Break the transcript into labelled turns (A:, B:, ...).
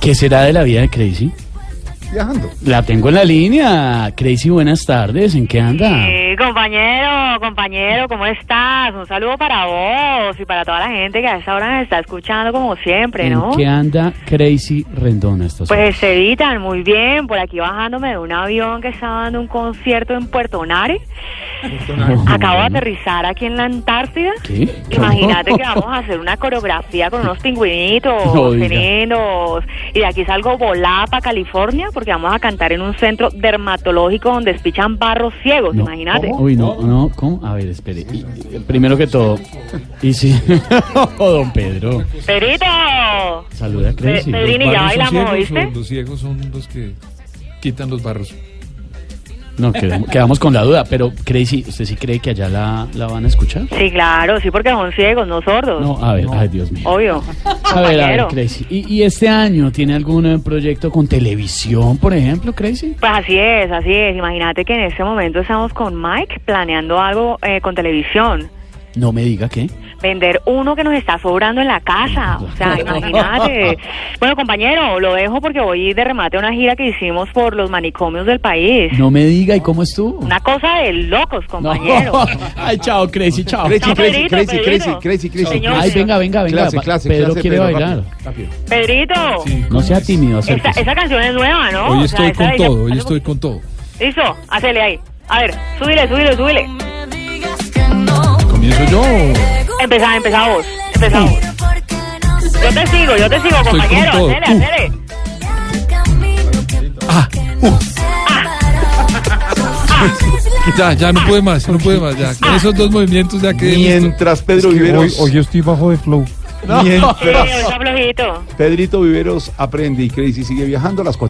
A: ¿Qué será de la vida de Crazy?
B: Viajando.
A: La tengo en la línea. Crazy, buenas tardes. ¿En qué anda?
C: Sí, Eh, compañero, compañero, ¿cómo estás? Un saludo para vos y para toda la gente que a esta hora nos está escuchando como siempre,
A: ¿En
C: ¿no?
A: qué anda Crazy Rendona estos
C: Pues se editan muy bien, por aquí bajándome de un avión que estaba dando un concierto en Puerto Nari. Acabo de aterrizar aquí en la Antártida.
A: Ah, ¿Qué?
C: Imagínate que vamos a hacer una coreografía con unos pingüinitos,
A: No diga.
C: teninos. Y de aquí salgo volada para California porque vamos a cantar en un centro dermatológico donde despichan barros ciegos,
A: No.
C: imagínate.
A: Uy, no, no, ¿cómo? A ver, espere. Y- y- primero que todo, y sí, Oh, don Pedro,
C: Perito.
A: saluda a
C: Pe-
A: Crazy.
C: Pedrini, ya
D: Barros son
C: bailamos,
D: ciegos,
C: ¿oíste?
D: o Los ciegos son los que quitan los barros.
A: No, quedamos, quedamos con la duda, pero Crazy, ¿usted sí cree que allá la, la van a escuchar?
C: Sí, claro, sí, porque son ciegos, no sordos.
A: No, a ver, ay, Dios mío.
C: Obvio.
A: A ver, a ver,
C: compañero.
A: Crazy. ¿Y, y este año tiene algún eh, proyecto con televisión, por ejemplo, Crazy?
C: Pues así es, así es. Imagínate que en este momento estamos con Mike planeando algo eh, con televisión.
A: No me diga qué.
C: Vender uno que nos está sobrando en la casa. O sea, imagínate. Bueno, compañero, lo dejo porque voy de remate a una gira que hicimos por los manicomios del país.
A: No me diga, ¿y cómo estuvo?
C: Una cosa de locos,
A: No.
C: compañero.
A: Ay, chao, Crazy, chao.
B: Crazy,
C: No,
B: crazy,
C: Pedrito,
B: crazy, crazy,
C: Pedrito.
B: crazy, crazy.
C: Señor.
A: Ay, venga, venga, venga.
B: Clase,
A: Va-
B: clase,
A: Pedro
B: clase,
A: quiere
B: Pedro,
A: bailar.
B: rápido, rápido.
C: Pedrito,
A: No sea
D: es?
A: tímido,
C: esta,
A: acérquese.
C: esa canción es nueva, ¿no?
D: Hoy
C: O sea,
D: estoy
C: esa
D: con
C: de- Oh, ya-
D: todo, hoy estoy con todo.
C: Listo, hacele ahí. A ver, súbile, súbile, súbile.
D: ¿Comienzo yo?
C: Empezá, empezá vos. Empezá vos. Yo te sigo, yo te sigo,
D: Estoy con
C: compañero.
D: todo.
C: Hacele,
D: Uh.
C: hacele.
D: Ah,
C: Ah.
D: ya, ya no puede más, no puede más. Ya. Con esos dos movimientos ya quedé listo.
B: Mientras Pedro Viveros,
D: estoy bajo de flow.
C: Sí,
B: mientras
C: está flojito.
B: Pedrito Viveros aprende y Crazy sigue viajando a las cuatro.